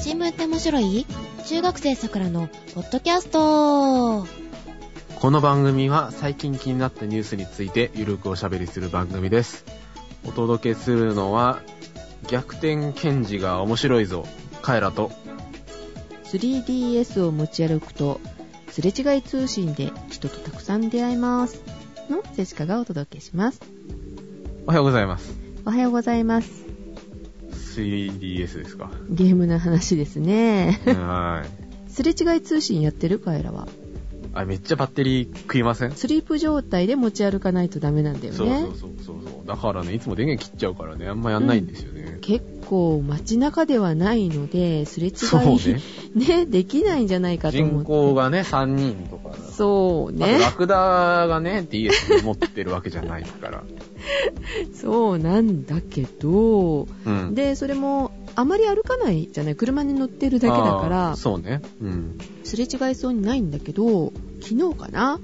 新聞って面白い中学生さくらのポッドキャストこの番組は最近気になったニュースについてゆるくおしゃべりする番組です。お届けするのは、逆転検事が面白いぞ、カエラと。 3DS を持ち歩くとすれ違い通信で人とたくさん出会いますのセシカがお届けしますおはようございます。おはようございます 3DS ですか。ゲームの話ですねはーい。すれ違い通信やってるカエラはあ、めっちゃバッテリー食いませんスリープ状態で持ち歩かないとダメなんだよねそうそうそうそうそう。だからね、いつも電源切っちゃうからね、あんまやんないんですよね。結構街中ではないのですれ違いそうね。 ねできないんじゃないかと思って人口がね、3人とか。そうあとねラクダがね、DS 持ってるわけじゃないから。そうなんだけどうん。でそれもあまり歩かないじゃない車に乗ってるだけだかあーらそうね。うん。すれ違いそうにないんだけど昨日かな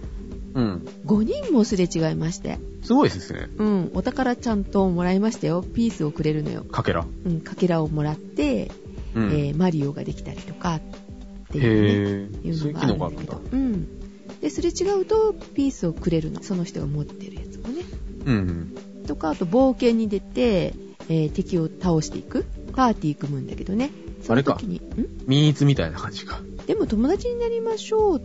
うん。 5人もすれ違いましてすごいですね。うんお宝ちゃんともらいましたよピースをくれるのよかけら。うんかけらをもらって、うん。えーマリオができたりとかっていうねへいえ。そうういうの機がある能んがあだるけんだど。うんですれ違うとピースをくれるのその人が持ってるやつをねうん。とかあと冒険に出て、えー敵を倒していくパーティー組むんだけどねその時にんミーツみたいな感じか。でも友達になりましょうっ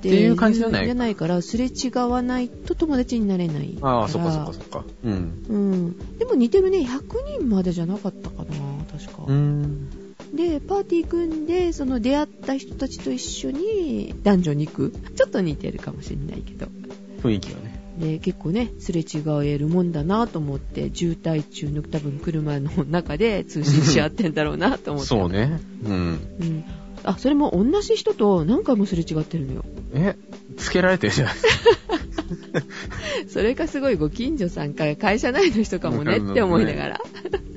てていう感じじゃないじゃないから、すれ違わないと友達になれないから。ああ、そっかそっかそっか。うん。うん。でも似てるね、100人までじゃなかったかな、確か。うん。で、パーティー組んで、その出会った人たちと一緒にダンジョンに行く。ちょっと似てるかもしれないけど。雰囲気がね。で、結構ね、すれ違えるもんだなと思って、渋滞中の多分車の中で通信し合ってんだろうなと思って。そうね。うん。うん。あ、それも同じ人と何回もすれ違ってるのよ。 え、つけられてるじゃないですか。 それかすごいご近所さんか会社内の人かもねって思いながら。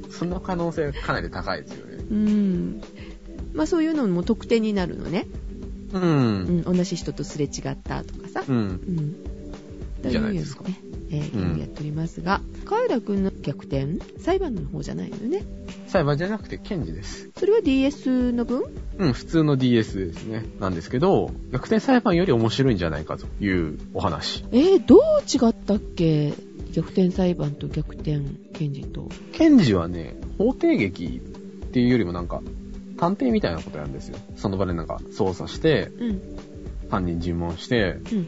その可能性がかなり高いですよね。うん。まあそういうのも特典になるのね。う。うんん、同じ人とすれ違ったとかさ。うん。うん。いいじゃないですかとうようなね。えーうんゲームやっておりますが、カエラくんの逆転、裁判の方じゃないのよね。裁判じゃなくて、検事です。それは DS の分うん、普通の DS ですね。なんですけど、逆転裁判より面白いんじゃないかというお話。えーどう違ったっけ逆転裁判と逆転検事と。検事はね、法廷劇っていうよりもなんか、探偵みたいなことやるんですよ。その場でなんか捜査して、うん。犯人尋問して、うん。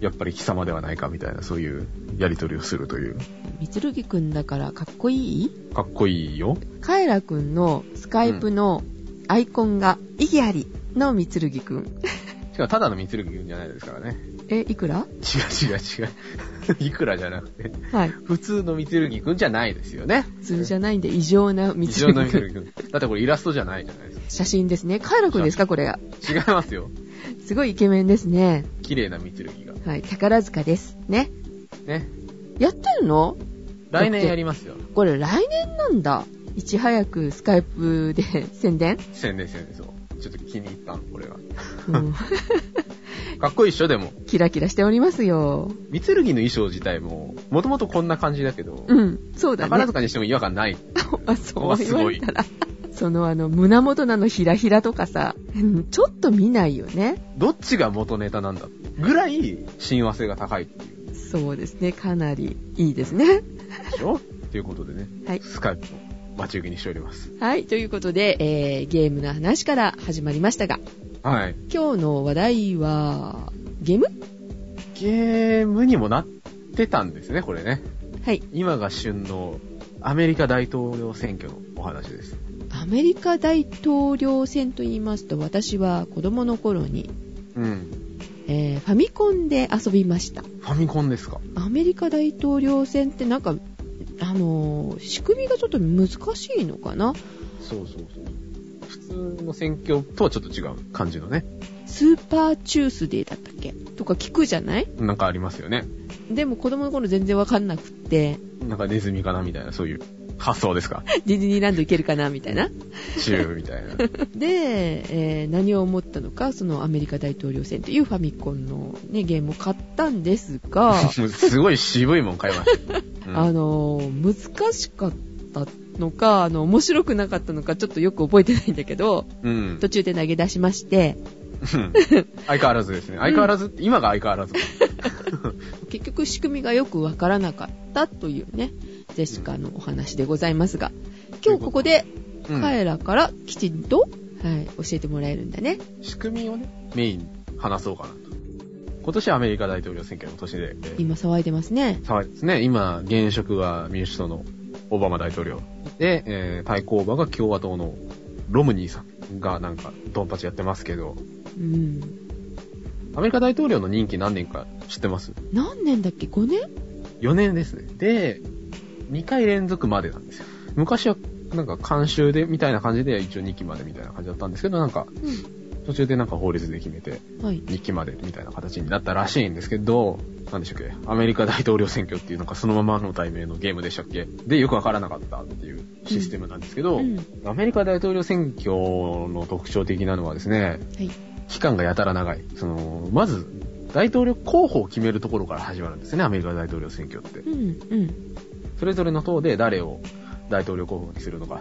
やっぱり貴様ではないかみたいな、そういうやり取りをするという。みつるぎくんだからかっこいいかっこいいよ。カエラくんのスカイプのアイコンが、意義ありのみつるぎくん。しかもただの三つる君じゃないですからね。え、いくら違う違う違う。 いくらじゃなくて、はい。普通の三つる君じゃないですよね。普通じゃないんで、異常なみ異つ常るなぎ三くつん。る君。だってこれイラストじゃないじゃないです写真ですね。カエラくんですかこれが。か。違いますよ。すごいイケメンですね。綺麗な三つるが。はい。宝塚です。ね。ね。やってるの来年やりますよ。これ来年なんだ。いち早くスカイプで宣伝、宣伝宣伝そう。ちょっと気に入ったの、これが。うん、かっこいいっしょ、でも。キラキラしておりますよ。三つるの衣装自体も、もともとこんな感じだけど、うん。そうだ宝ね。塚にしても違和感ない。あ、そうあ言すわごれいたら。 そのあの、胸元なのひらひらとかさ、うんちょっと見ないよね。どっちが元ネタなんだぐらい、親和性が高いっていう。そうですね、かなりいいですね。でしょということでね、はい。スカイプを待ち受けにしております。はい、ということで、えー、ゲームの話から始まりましたが、はい。今日の話題は、ゲームゲームにもなってたんですね、これね。はい。今が旬のアメリカ大統領選挙のお話です。アメリカ大統領選と言いますと、私は子供の頃に、うん。えー、ファミコンで遊びました。ファミコンですかアメリカ大統領選ってなんか、あのー仕組みがちょっと難しいのかなそうそうそう。普通の選挙とはちょっと違う感じのね。スーパーチュースデーだったっけとか聞くじゃないなんかありますよね。でも子供の頃全然わかんなくって、 なんかネズミかなみたいな、そういう発想ですか。ディズニーランド行けるかなみたいな。 中みたいな。で、えー何を思ったのか、そのアメリカ大統領選というファミコンの、ね、ゲームを買ったんです が、もうすごい渋いもん買いました。うんあのー難しかったっのか、あの、面白くなかったのか、ちょっとよく覚えてないんだけど、うん。途中で投げ出しまして、相変わらずですね。相変わらず、今が相変わらず。結局仕組みがよくわからなかったというね、ゼシカのお話でございますが、今日ここでうんカエラからきちんと、はい、教えてもらえるんだね。仕組みをね、メインに話そうかなと。今年はアメリカ大統領選挙の年で、えー今騒いでますね。そうですね。今、現職は民主党のオバマ大統領。で、えー対抗馬が共和党のロムニーさんがなんか、ドンパチやってますけど、うん。アメリカ大統領の任期何年か知ってます何年だっけ ?5 年 ?4 年ですね。で、2回連続までなんですよ。昔は、なんか慣習で、みたいな感じで、一応2期までみたいな感じだったんですけど、なんか、途中でなんか法律で決めて、うん。はい。 2期までみたいな形になったらしいんですけど、なんでしたっけアメリカ大統領選挙っていうのがそのままの題名のゲームでしたっけで、よくわからなかったっていうシステムなんですけど、うん。はアメリカ大統領選挙の特徴的なのはですね、い。期間がやたら長い。その、まず、大統領候補を決めるところから始まるんですね、アメリカ大統領選挙って。うん。うん。それぞれの党で誰を大統領候補にするのかっ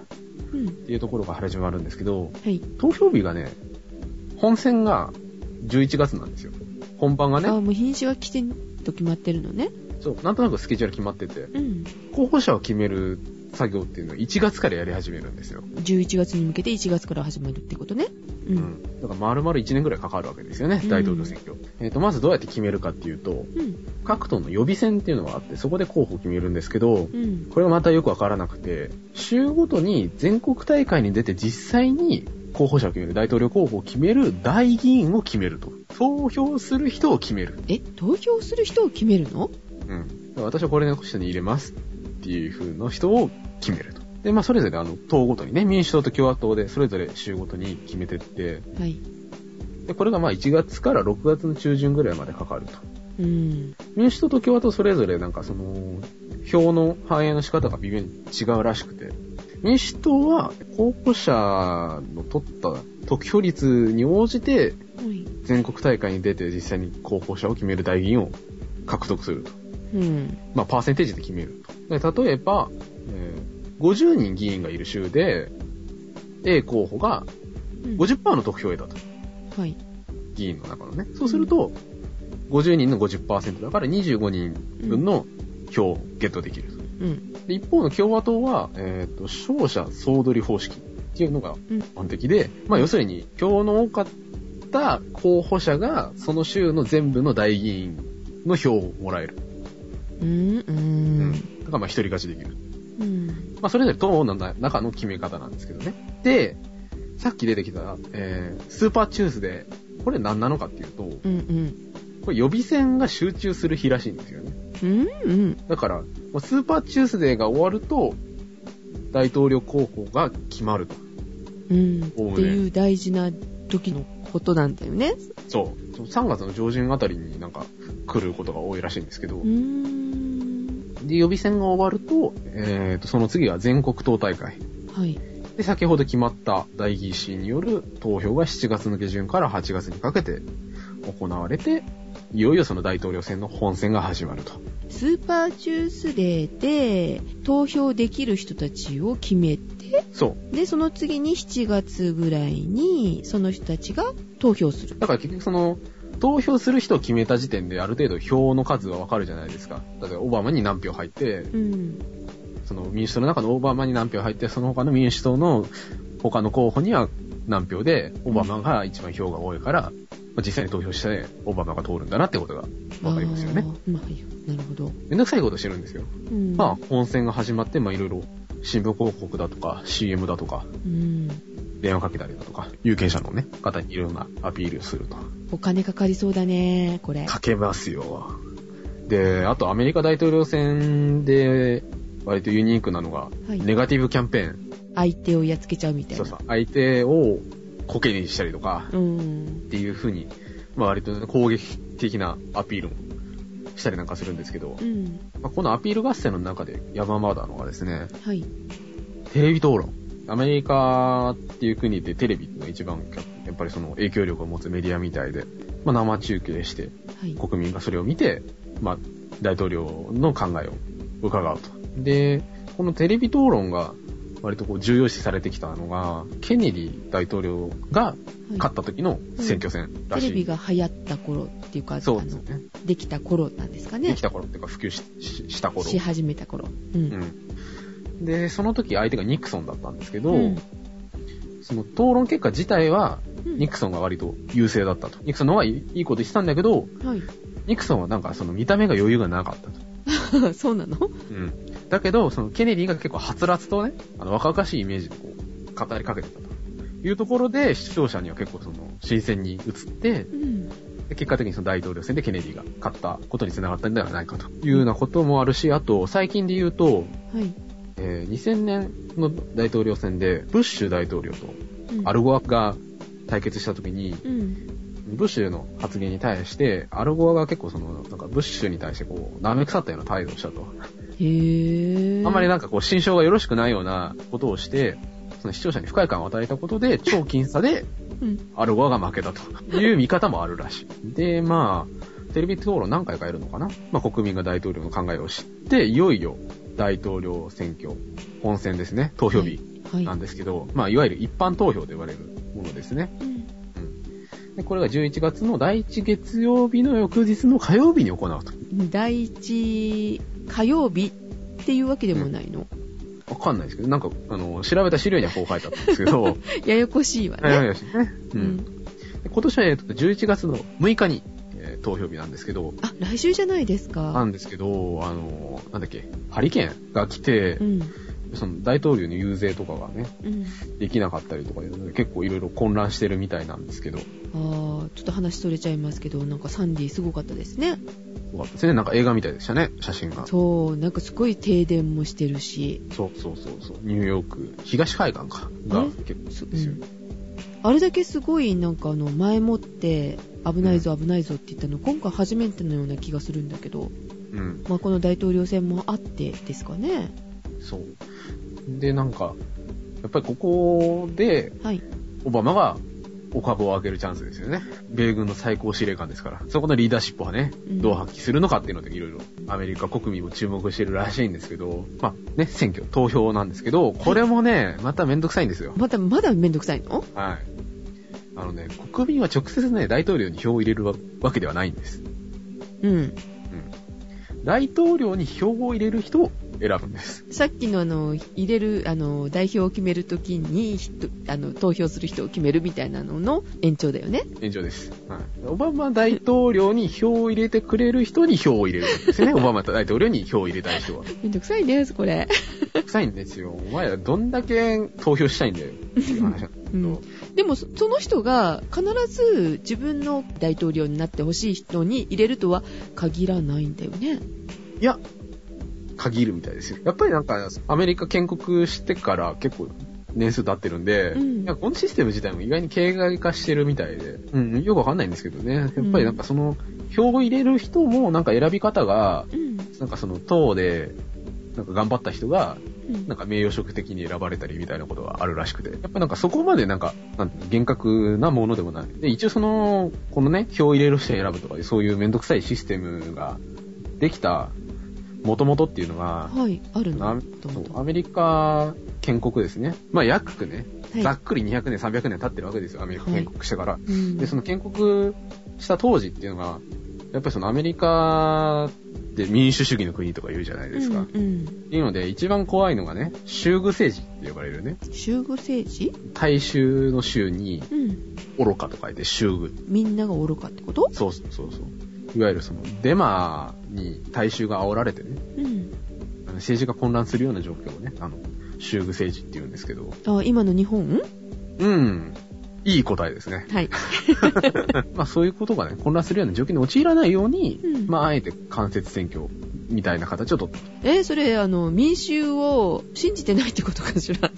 うん。ていうところから始まるんですけど、はい。投票日がね、本選が11月なんですよ。本番がねあ、、もう品種はきちんと決まってるのね。そう、なんとなくスケジュール決まってて、うん。候補者を決める作業っていうのを1月からやり始めるんですよ。 11月に向けて1月から始まるってことね。う。うんん。だから丸々1年ぐらいかかるわけですよねう、ん大統領選挙。えっ、と、まずどうやって決めるかっていうと、うん。各党の予備選っていうのがあって、そこで候補を決めるんですけど、うん。これがまたよくわからなくて、州ごとに全国大会に出て実際に候補者を決める、大統領候補を決める、大議員を決めると。投票する人を決める。え、投票する人を決めるのうん。私はこれの人に入れますっていう風の人を決めると。で、まあ、それぞれあの、党ごとにね、民主党と共和党で、それぞれ州ごとに決めてって、はい。で、これがまあ、1月から6月の中旬ぐらいまでかかると。うん。民主党と共和党それぞれなんかその、票の反映の仕方が微妙に違うらしくて、民主党は候補者の取った得票率に応じて、はい。全国大会に出て実際に候補者を決める代議員を獲得すると。うん。まあ、パーセンテージで決めると。で例えば、えー50人議員がいる州で、A 候補がうん50%の得票を得たと。はい。議員の中のね。そうすると、50人の50%だから25人分の票をゲットできると。うん。で一方の共和党は、えっ、と、勝者総取り方式っていうのがうん一般的で、まあ要するに、票の多かった候補者が、その州の全部の大議員の票をもらえる。うん。う。うんだからまあ一人勝ちできる。うん。まあ、それぞれ党の中の決め方なんですけどね。で、さっき出てきた、えー、スーパーチューズで、これ何なのかっていうと、うん。うん。これ予備選が集中する日らしいんですよね。うん。うん。だから、もうスーパーチューズデーが終わると、大統領候補が決まると。うん。っおおむねていう大事な時のことなんだよね。そう。3月の上旬あたりになんか来ることが多いらしいんですけどう、ーん。で、予備選が終わると、えーと、その次は全国党大会。はい。で、先ほど決まった大議士による投票が7月の下旬から8月にかけて行われて、いよいよその大統領選の本選が始まると。スーパーチュースデーで投票できる人たちを決めて、そう。で、その次に7月ぐらいに、その人たちが投票する。だから結局その、投票する人を決めた時点である程度票の数はわかるじゃないですか。例えばオバマに何票入って、うん。その民主党の中のオバマに何票入って、その他の民主党の他の候補には何票で、オバマが一番票が多いから、まあ実際に投票してオバマが通るんだなってことがわかりますよね。あー。まあ、はいなるほど。めんどくさいことしてるんですよ。うん。まあ、本戦が始まって、まあ、いろいろ、新聞広告だとか、CM だとか、うん。電話かけたりだとか、有権者のね、方にいろんなアピールすると。お金かかりそうだね、これ。かけますよ。で、あとアメリカ大統領選で、割とユニークなのが、はいネガティブキャンペーン。相手をやっつけちゃうみたいそな。うそう。相手をコケにしたりとか、う。うんっ。ていう風に、まあ割と攻撃的なアピールもしたりなんかするんですけどう、ん。まあこのアピール合戦の中で山マだのがですね、はい。テレビ討論。アメリカっていう国でテレビが一番やっぱりその影響力を持つメディアみたいで、まあ、生中継してはい。国民がそれを見て、まあ、大統領の考えを伺うと。で、このテレビ討論が割とこう重要視されてきたのが、ケネディ大統領が勝った時の選挙戦らテしい。レビが流行った頃っていうか、そうあですのね。できた頃なんですかでねき。た頃っていうか、普及ししした頃。し始めた頃。うん。うん。で、その時相手がニクソンだったんですけど、うんその討論結果自体は、うんニクソンが割と優勢だったと。ニクソンの方がいいいいこと言ってたんだけど、はい。ニクソンはなんかその見た目が余裕がなかったと。 そうなのうん。だけど、そのケネディが結構はつらつとね、あの若々しいイメージでこう、語りかけてたと。いうところで、視聴者には結構その、新鮮に移って、うん。で結果的にその大統領選でケネディが勝ったことにつながったんではないかというようなこともあるし、あと、最近で言うと、はい。えー2000年の大統領選で、ブッシュ大統領とうんアルゴアが対決した時に、うん。ブッシュの発言に対して、アルゴアが結構その、なんかブッシュに対してこう、舐め腐ったような態度をしたと。へぇあんまりなんかこう、心象がよろしくないようなことをして、その視聴者に不快感を与えたことで、超僅差でうん。アルゴアが負けたという見方もあるらしい。で、まあ、テレビ討論何回かやるのかなまあ、国民が大統領の考えを知って、いよいよ大統領選挙、本選ですね、投票日はい。なんですけど、まあ、いわゆる一般投票と呼ばれるものですね。うんで、これが11月の第1月曜日の翌日の火曜日に行うと。第一火曜日っていうわけでもないの。わかんないですけど、なんか、あの、調べた資料にはこう書いてあったんです けど、ややこしいわあね。やめましたね。う。うんん。で今年は、えっと、11月の6日に、えー投票日なんですけど、あ、来週じゃないですなか。んですけど、あの、なんだっけ、ハリケーンが来てう、ん。その大統領の遊説とかがね、うん。できなかったりとかいうので、結構いろいろ混乱してるみたいなんですけど、よあー、ちょっと話それちゃいますけど、なんかサンディすごかったですね。かったですね。なんか映画みたいでしたね、写真が。そう、なんかすごい停電もしてるし。そうそうそうそう。ニューヨーク、東海岸か、がえ結構そうんですよ。あれだけすごいなんかあの前もって危ないぞ危ないぞって言ったの、今回初めてのような気がするんだけど、うんまあ、この大統領選もあってですかねそう。で、なんか、やっぱりここで、はいオバマが、お株を上げるチャンスですよね。米軍の最高司令官ですから。そこのリーダーシップはね、うんどう発揮するのかっていうので、いろいろアメリカ国民も注目してるらしいんですけど、まあね、選挙、投票なんですけど、これもね、まためんどくさいんですよ。まだまだめんどくさいのはい。あのね、国民は直接ね、大統領に票を入れるわわけではないんです。うん大統領に票を入れる人を選ぶんです。さっきのあの入れるあの代表を決めるときに人あの投票する人を決めるみたいなのの延長だよね現状です。はい。オバマ大統領に票を入れてくれる人に票を入れるんですね。オバマ大統領に票を入れたい人は。めんどくさいですこれ臭いんですよ。お前らどんだけ投票したいんだよ。っていう話なんだけど。うんでもそその人が必ず自分の大統領になってほしい人に入れるとは限らないんだよねいや、限るみたいですよ。やっぱりなんか、アメリカ建国してから結構、年数経ってるんで、うんなんかこのシステム自体も意外に形骸化してるみたいで、うん、よくわかんないんですけどね。やっぱりなんかその、票を入れる人もなんか選び方が、うんなんかその党で、なんか頑張った人が、うんなんか名誉職的に選ばれたりみたいなことがあるらしくて、やっぱなんかそこまでなんか、なんていうの厳格なものでもない。で、一応その、このね、票を入れる人を選ぶとか、そういうめんどくさいシステムができた元々っていうのが、はい、あるの。なもそともとうアメリカ建国ですね。まあ約ね、はいざっくり200年、300年経ってるわけですよ、アメリカ建国してから。うんで、その建国した当時っていうのが、やっぱりそのアメリカで民主主義の国とか言うじゃないですか。うんっていうので、一番怖いのがね、州具政治って呼ばれるね。うん、集合政治、大衆の州に、うん、愚かと書いて州具。みんなが愚かってこと、そうそうそうそう。いわゆるその、デマに大衆が煽られてね、うん、あの政治が混乱するような状況をね、あの、州具政治って言うんですけど、あ今の日本うん、いい答えですね。 はい。まあそういうことがね、混乱するような状況に陥らないように、うんまああえて間接選挙みたいな形をとった。 えそれ、あの、民衆を信じてないってことかし らね。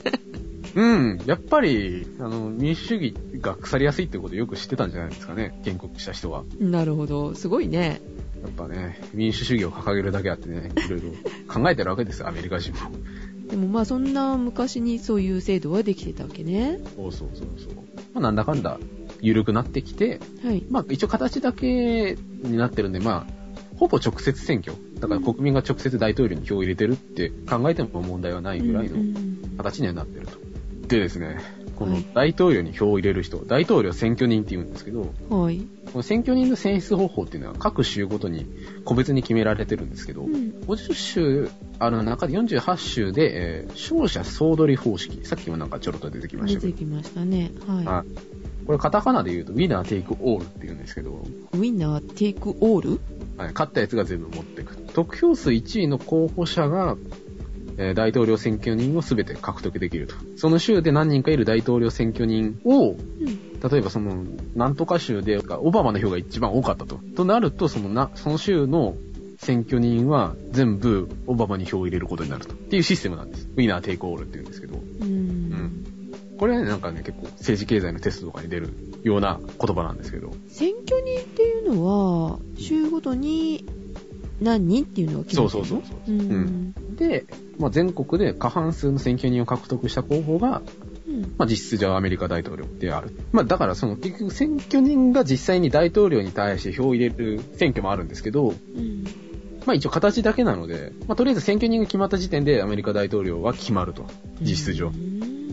うん、やっぱり、あの、民主主義が腐りやすいってことをよく知ってたんじゃないですかね、建国した人は。なるほど。すごいね。やっぱね、民主主義を掲げるだけあってね、いろいろ考えてるわけですよ、アメリカ人も。でもまあ、そんな昔にそういう制度はできてたわけね。そうそうそうそう。まあ、なんだかんだ、緩くなってきて、はい。まあ、一応形だけになってるんで、まあ、ほぼ直接選挙。だから国民が直接大統領に票を入れてるって考えても問題はないぐらいのうん形にはなってると。でですね、このはい大統領に票を入れる人、大統領は選挙人って言うんですけど、はい。この選挙人の選出方法っていうのは各州ごとに個別に決められてるんですけど、うん。 50州ある中で48州で、えー勝者総取り方式。さっきもなんかちょろっと出てきまし出たけてきど。ましたね。ははいこれカタカナで言うと、ウィナーテイクオールって言うんですけい。ど、ウィンナーテイクオールはい、勝ったやつが全部持っていく。得票数1位の候補者が、えー大統領選挙人を全て獲得できると。その州で何人かいる大統領選挙人うを、ん。例えばその、なんとか州で、オバマの票が一番多かったと。となると、そのな、その州の選挙人は全部オバマに票を入れることになると。っていうシステムなんです。ウィナーテイクオールって言うんですけど。う。うんこれはね、なんかね、結構政治経済のテストとかに出るような言葉なんですけど。選挙人っていうのは、州ごとに何人っていうのが決そまうってそるうのそうそう。う。うんで、まあ、全国で過半数の選挙人を獲得した候補が、うん。まあ、実質上アメリカ大統領である。まあ、だからその結局選挙人が実際に大統領に対して票を入れる選挙もあるんですけど、うん。まあ、一応形だけなので、まあ、とりあえず選挙人が決まった時点でアメリカ大統領は決まると。実質上う。ん。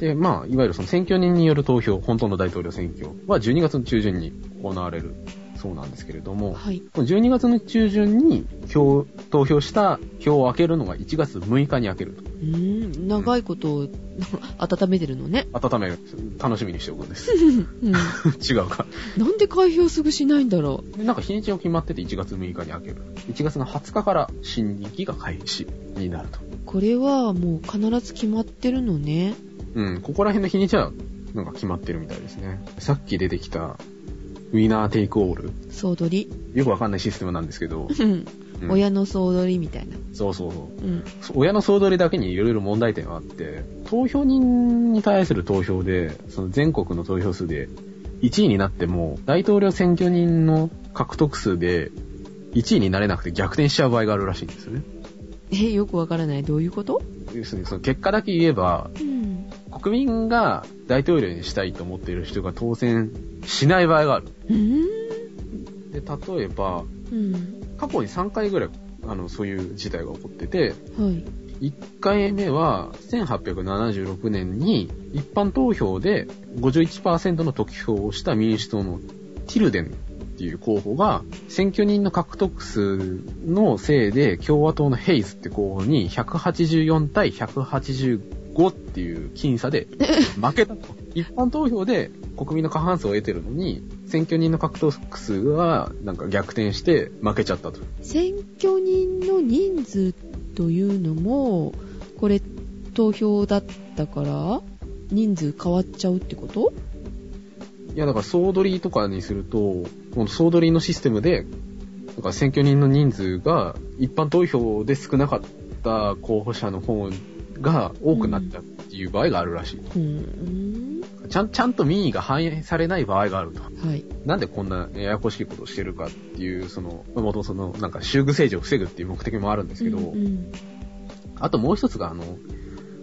で、まあ、いわゆるその選挙人による投票、本当の大統領選挙は12月の中旬に行われるそうなんですけれども、はい。この12月の中旬に票、投票した票を開けるのが1月6日に開けると。うん。長いこと を温めてるのね。温める。楽しみにしておくんです。 うん。違うか。なんで開票すぐしないんだろう。なんか日にちが決まってて1月6日に開ける。1月の20日から新任期が開始になると。これはもう必ず決まってるのね。うん、ここら辺の日にちはなんか決まってるみたいですね。さっき出てきたウィナーテイクオール。総取よくわかんないシステムなんですけど。り。うん。うん親の総取りみたいな。そうそうそう。うん。親の総取りだけにいろいろ問題点があって、投票人に対する投票で、その全国の投票数で1位になっても、大統領選挙人の獲得数で1位になれなくて逆転しちゃう場合があるらしいんですよね。え、よくわからない。どういうこと要するにその結果だけ言えば、うん。国民が大統領にしたいと思っている人が当選しない場合がある。うん。で、例えば、うん。過去に3回ぐらい、あの、そういう事態が起こってて、はい。 1回目は1876年に一般投票で51%の得票をした民主党のティルデンっていう候補が選挙人の獲得数のせいで共和党のヘイズって候補に184対185っていう僅差で負けたと。一般投票で国民の過半数を得てるのに選挙人の獲得数がなんか逆転して負けちゃったと。選挙人の人数というのも、これ、投票だったから、人数変わっちゃうってこといや、だから総取りとかにすると、この総取りのシステムで、だから選挙人の人数が一般投票で少なかった候補者の方が多くなったっていう場合があるらしい。うん。ちゃん、ちゃんと民意が反映されない場合があると。はい。なんでこんなややこしいことをしてるかっていう、その、もともとその、なんか州具政治を防ぐっていう目的もあるんですけど、うんあともう一つが、あの、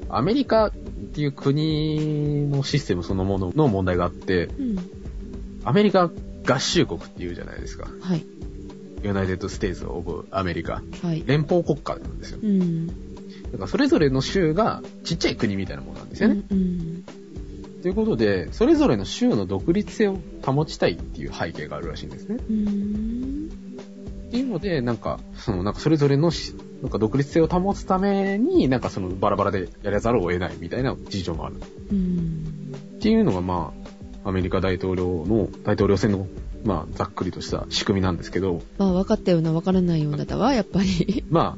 アメリカっていう国のシステムそのものの問題があって、うん。アメリカ合衆国っていうじゃないですか。うんはい。ユナイテッド・ステイツ・オブ・アメリカ。はい。連邦国家なんですよ。うん。だからそれぞれの州がちっちゃい国みたいなものなんですよね。うん。ということで、それぞれの州の独立性を保ちたいっていう背景があるらしいんですね。うん。っていうので、なんか、その、なんかそれぞれのし、なんか独立性を保つために、なんかそのバラバラでやらざるを得ないみたいな事情もある。うん。っていうのがまあ、アメリカ大統領の、大統領選の、まあ、ざっくりとした仕組みなんですけど、まあ、分かったような、分からないようなだわ、やっぱり。まあ、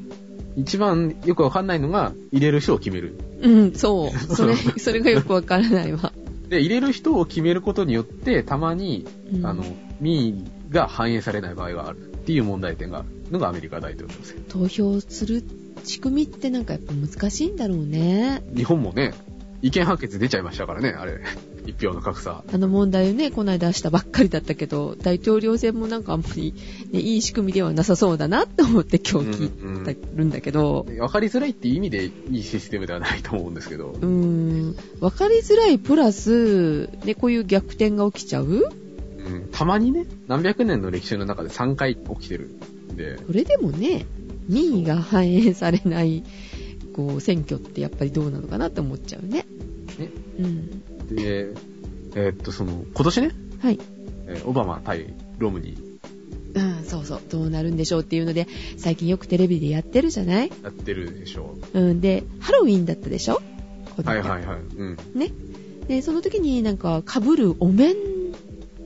一番よくわかんないのが、入れる人を決める。うん、そう。それ、それがよく分からないわ。で、入れる人を決めることによって、たまに、うん あの、民意が反映されない場合があるっていう問題点があるのがアメリカ大統領選。投票する仕組みってなんかやっぱ難しいんだろうね。日本もね、違憲判決出ちゃいましたからね、あれ。 一票の格差。あの問題をね、この間したばっかりだったけど、大統領選もなんかあんまり、ね、いい仕組みではなさそうだなって思って今日聞いうんたるんだけど、わかりづらいって意味でいいシステムではないと思うんですけどう、ーん、わかりづらいプラス、ね、こういう逆転が起きちゃううんたまにね、何百年の歴史の中で3回起きてるんで、それでもね、民意が反映されないこう選挙ってやっぱりどうなのかなって思っちゃうね。ねうん。で、えーっと、その、今年ね、はい。えーオバマ対ロムニーうん、そうそう。どうなるんでしょうっていうので、最近よくテレビでやってるじゃないやってるでしょうん。で、ハロウィンだったでしょこう。のは間いはいはい。うん。ね。で、その時になんか被るお面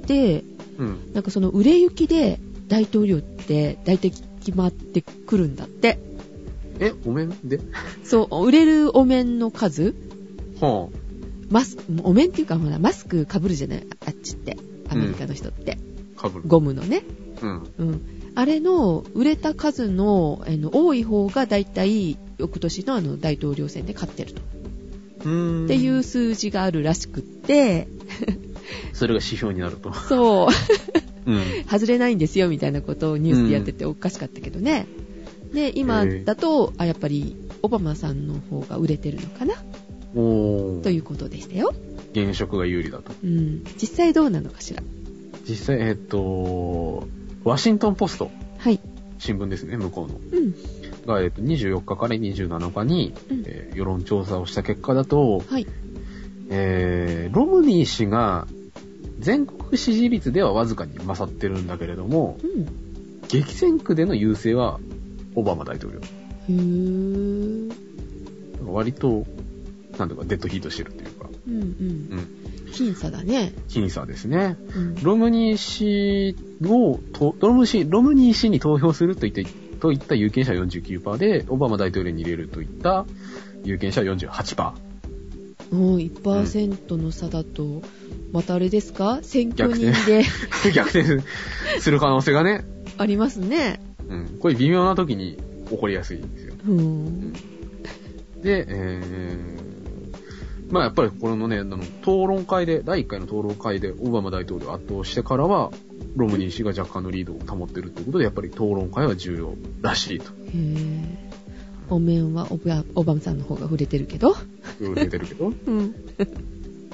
で、うん。なんかその売れ行きで大統領って大体決まってくるんだって。え、お面でそう、売れるお面の数はマスク、お面っていうかほら、マスク被るじゃないああっちって。アメリカの人って。あ、かぶる。ゴムのね。うん。うん。あれの売れた数のあの多い方が大体、翌年のあの大統領選で勝ってると。うーん。っていう。数字があるらしくって、それが指標になると。そう。 うん。外れないんですよみたいなことをニュースでやってておかしかったけどね。で、今へえだと、あ、やっぱり、オバマさんの方が売れてるのかなおー。ということでしたよ。現職が有利だと。うん。実際どうなのかしら。実際、えーっと、ワシントンポスト、はい。新聞ですね、向こうの。うん。が、えーっと、24日から27日に、うんえー世論調査をした結果だと、はい。えー、ロムニー氏が、全国支持率ではわずかに勝ってるんだけれども、うん。激戦区での優勢は、オバマ大統領。へー。割と、なんとかデッドヒートしてるっていうか、うんう。うんん、僅差だね。僅差ですね。うん。ロムニー氏をと、ロム氏、ロムニー氏に投票するといった、といった有権者49%で、オバマ大統領に入れるといった有権者48%。もう1%の差だと、またあれですか選挙人で 逆転する可能性がね、あります ね。うん、これ微妙な時に起こりやすいんですよ。うん。で、えー、まあやっぱりこれのね、あの、討論会で、第1回の討論会でオバマ大統領を圧倒してからは、ロムニー氏が若干のリードを保ってるってことで、やっぱり討論会は重要らしいとへー。お面はオバオバマさんの方が売れてるけど。言われてるけど。うん。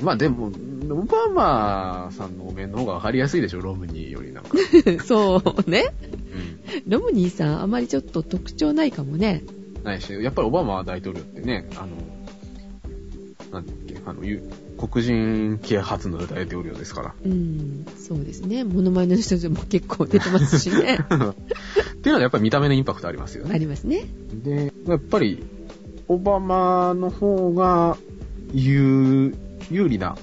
まあでも、オバマさんのお面の方がわかりやすいでしょ、ロムニーよりなんか。 そうね。うロムニーさん、あまりちょっと特徴ないかもね。ん。ないし、やっぱりオバマ大統領ってね、あの、なんだっけ、あの、ゆ黒人系初の大統領ですから。 うん、そうですね。モノマネの人でも結構出てますし ね。っていうのはやっぱり見た目のインパクトありますよあね。りますね。で、やっぱり、オバマの方が有、有利な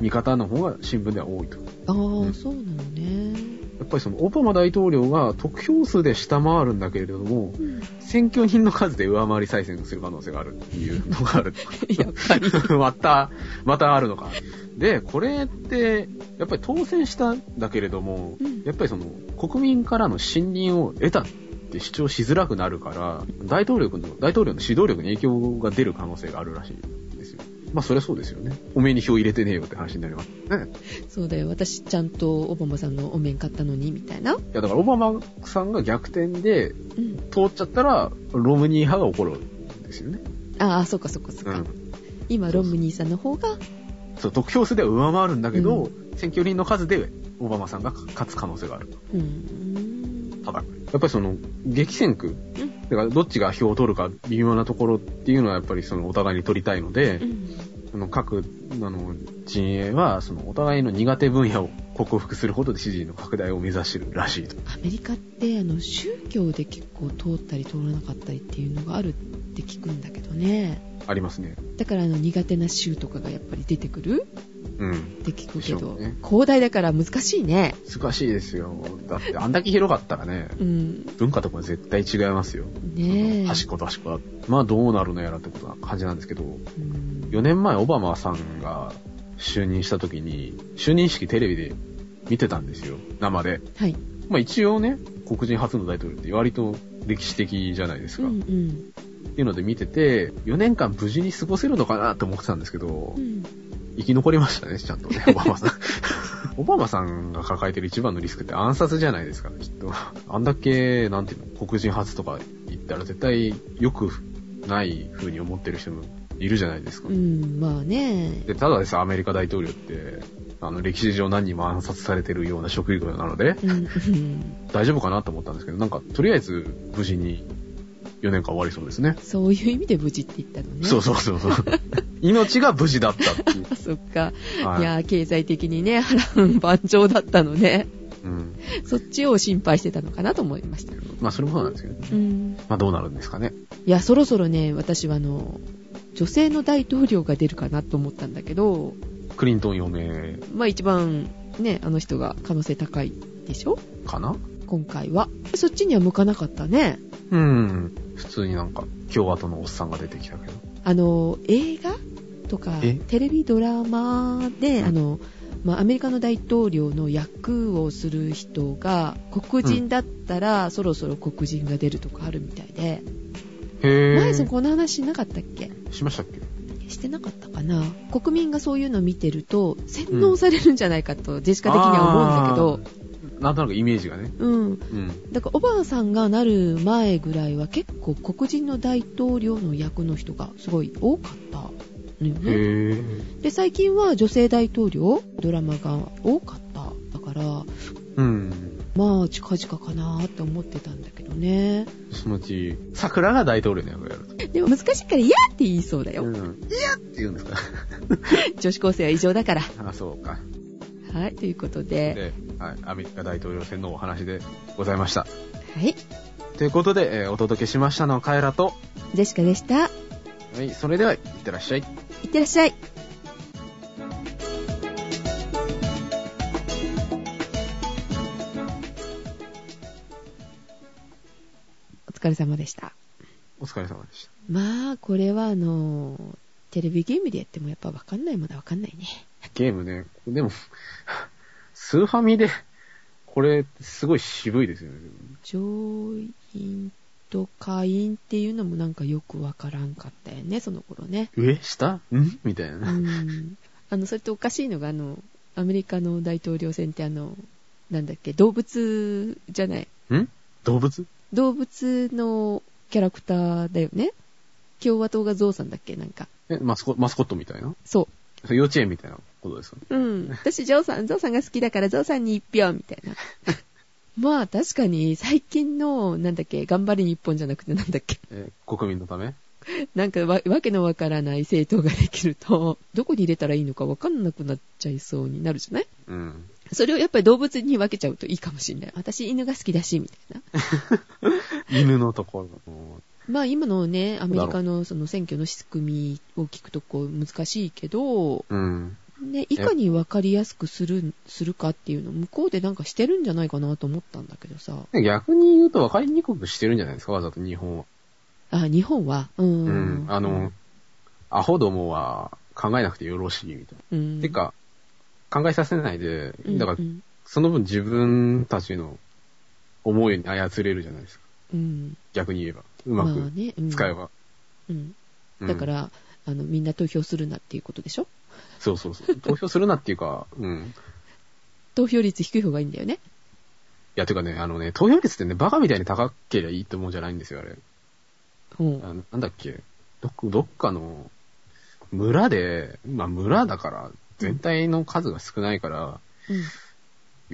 見方の方が新聞では多いと。やああ、んそうなのね。っぱりそのオバマ大統領が得票数で下回るんだけれども、うん選挙人の数で上回り再選する可能性があるっていうのがある。 やっぱり。 また、またあるのか。で、これって、やっぱり当選したんだけれども、うんやっぱりその、国民からの信任を得たって主張しづらくなるから、大統領の、大統領の指導力に影響が出る可能性があるらしいんですよ。まあ、そりゃそうですよね。おめえに票入れてねえよって話になりますね。そうだよ。私、ちゃんとオバマさんのお面買ったのに、みたいな。いや、だからオバマさんが逆転でうん。通っちゃったら、ロムニー派が怒るんですよね。ああ、そうかそうかそううか。ん。今、ロムニーさんの方が、そう、得票数では上回るんだけど、う選挙人の数でオバマさんが勝つ可能性がある。うん。高く。やっぱりその、激戦区ん、だからどっちが票を取るか微妙なところっていうのはやっぱりそのお互いに取りたいのでう、ん。あの各、あの、陣営は、そのお互いの苦手分野を克服することで支持の拡大を目指してるらしいと。アメリカって、あの、宗教で結構通ったり通らなかったりっていうのがあるって聞くんだけどね。ありますね。だから、あの、苦手な州とかがやっぱり出てくるうん。って聞くけでしょど、うね広大だから難しいね。難しいですよ。だってあんだけ広かったらね、うん。文化とか絶対違いますよ。ねえ。端っこと端っこだ。まあどうなるのやらってことな感じなんですけど、うん4年前オバマさんが就任した時に、就任式テレビで見てたんですよ。生で。はい。まあ一応ね、黒人初の大統領って割と歴史的じゃないですうか。っんていうので見てて、4年間無事に過ごせるのかなって思ってたんですけどうん。う、ん。生き残りましたね、ちゃんとね、 オバマさん。オバマさんが抱えてる一番のリスクって暗殺じゃないですか、きっと。あんだけ、なんていうの、黒人初とか言ったら絶対良くない風に思ってる人もいるじゃないですか。うん、まあね。で、ただでさ、アメリカ大統領って、あの、歴史上何人も暗殺されてるような職業なので、うん、うん 大丈夫かなと思ったんですけど、なんか、とりあえず、無事に4年間終わりそうですね。そういう意味で無事って言ったのね。そうそうそうそう。命が無事だったっていう。あそっか。はいい、やー、経済的にね、波乱万丈だったので、うん。そっちを心配してたのかなと思いました。まあ、それもそうなんですけど、ね、うん。まあ、どうなるんですかね。いや、そろそろね、私はあの、女性の大統領が出るかなと思ったんだけど、クリントン4名まあ一番ね、あの人が可能性高いでしょかな今回は。そっちには向かなかったね。うん。普通になんか、共和党のおっさんが出てきたけど。あの、映画とかえ、テレビドラマで、あの、まあ、アメリカの大統領の役をする人が黒人だったら、そろそろ黒人が出るとかあるみたいで、へ前そー。この話しなかったっけしましたっけしてなかったかな国民がそういうの見てると洗脳されるんじゃないかとジェシカ的には思うんだなんとなくイメージがね。けど、うん、うん。だからおばあさんがなる前ぐらいは結構黒人の大統領の役の人がすごい多かったのよねへー。で最近は女性大統領ドラマが多かっただからうん。まあ近々かなーって思ってたんだけどねそのうち、桜が大統領の役をやると。でも難しいから「嫌って言いそうだよ、うん。いやって言うんですか。 女子高生は異常だからあ、そうか。はいということでで、はい、アメリカ大統領選のお話でございました。はいということで、えーお届けしましたのはカエラと、ジェシカでしたいはい、それでは、いってらっしゃい。ってらっしゃいお疲れ様でしたお疲れ様でした。まあこれはあのーテレビゲームでやってもやっぱ分かんないものは分かんないねゲームね、でも、 スーファミで、これ、すごい渋いですよね。上院と下院っていうのもなんかよく分からんかったよねその頃ね上下んみたいうな。ん あのそれとおかしいのがあのアメリカの大統領選ってあのなんだっけ動物じゃないん動物動物のキャラクターだよね共和党がゾウさんだっけなんかえ、マスコ、マスコットみたいなそそれ幼稚園みたいなことですよね。ううん私ゾウさんゾウさんが好きだからゾウさんに一票みたい なまあ確かに最近のなんだっけ頑張れ日本じゃなくてなんだっけえー国民のためなんかわわけのわからない政党ができるとどこに入れたらいいのかわかんなくなっちゃいそうになるじゃないうん。それをやっぱり動物に分けちゃうといいかもしれない。私犬が好きだし、みたい な。犬のところの。まあ今のね、アメリカのその選挙の仕組みを聞くとこう難しいけど、うん。ね、いかに分かりやすくする、するかっていうの向こうでなんかしてるんじゃないかなと思ったんだけどさ。逆に言うと分かりにくくしてるんじゃないですか、わざと日本は。あ、日本は。うーん。うん。あの、、アホどもは考えなくてよろしいみたいな。うん。て、か、考えさせないで、だからう、ん、その分自分たちの思いに操れるじゃないですか。うん。逆に言えば。ううままあくね、うん使えば。うん。うんだか、ら、あの、みんな投票するなっていうことでしょそうそうそう。投票するなっていうか、うん。投票率低い方がいいんだよね。いや、てかね、あのね、投票率ってね、バカみたいに高ければいいってもんじゃないんですよ、あれ。うん。あのなんだっけ、どっ、どっかの、村で、まあ村だから、全体の数が少ないかうら、ん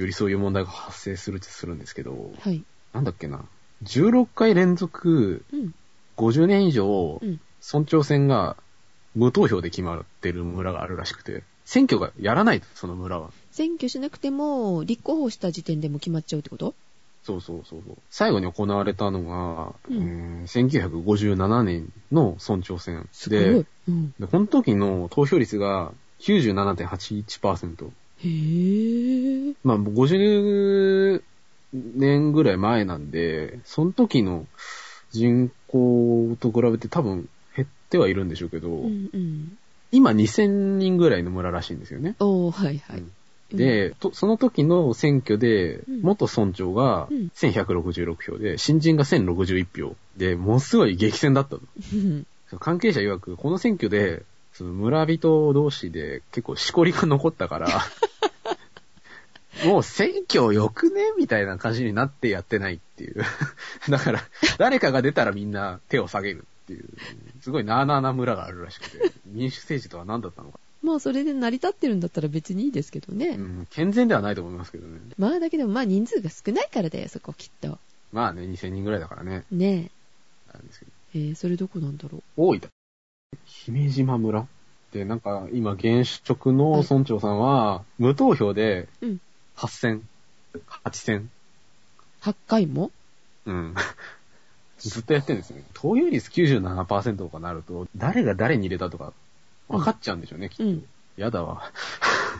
よりそういう問題が発生するってするんですけど、はい。なんだっけな、16回連続、うん。 50年以上う、ん。村長選が無投票で決まってる村があるらしくて、選挙がやらないと、その村は。選挙しなくても、立候補した時点でもう決まっちゃうってことそうそうそうそう。最後に行われたのが、うんうん1957年の村長選すごでい。、うん。で、この時の投票率が97.81%。へぇー。まあ、もう50年ぐらい前なんで、その時の人口と比べて多分減ってはいるんでしょうけど、うんうん。今2000人ぐらいの村らしいんですよね。おー、はいはい。うん、で、とその時の選挙で、うん元村長がうん1166票で、新人が1061票で、ものすごい激戦だったと。うん、関係者曰く、この選挙で、その村人同士で結構しこりが残った から、もう選挙よくねみたいな感じになってやってないっていう。 だから、誰かが出たらみんな手を下げるっていう、すごいなあなあな村があるらしくて、民主政治とは何だったのか。まあ、それで成り立ってるんだったら別にいいですけどね。うん、健全ではないと思いますけどね。まあ、だけど、まあ、人数が少ないからだよ、そこ、きっと。まあね、2000人ぐらいだからね。ねなんですけど、えーそれどこなんだろ大分。姫島村で、なんか、今、現職の村長さんは、無投票でうん、 8000、8000、う8回もうん。 ずっとやってるんですよね。投票率97%とかなると、誰が誰に入れたとか、分かっちゃうんでしょうね、きっと。うんやだわ。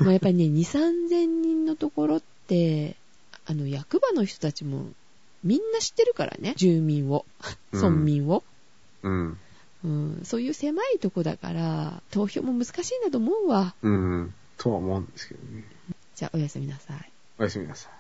まあやっぱりね、2、3000人のところって、あの、役場の人たちも、みんな知ってるからね、住民を、うん村民を。うん。うん、そういう狭いとこだから、投票も難しいんだと思うわ。うん。とは思うんですけどね。じゃあ、おやすみなさい。おやすみなさい。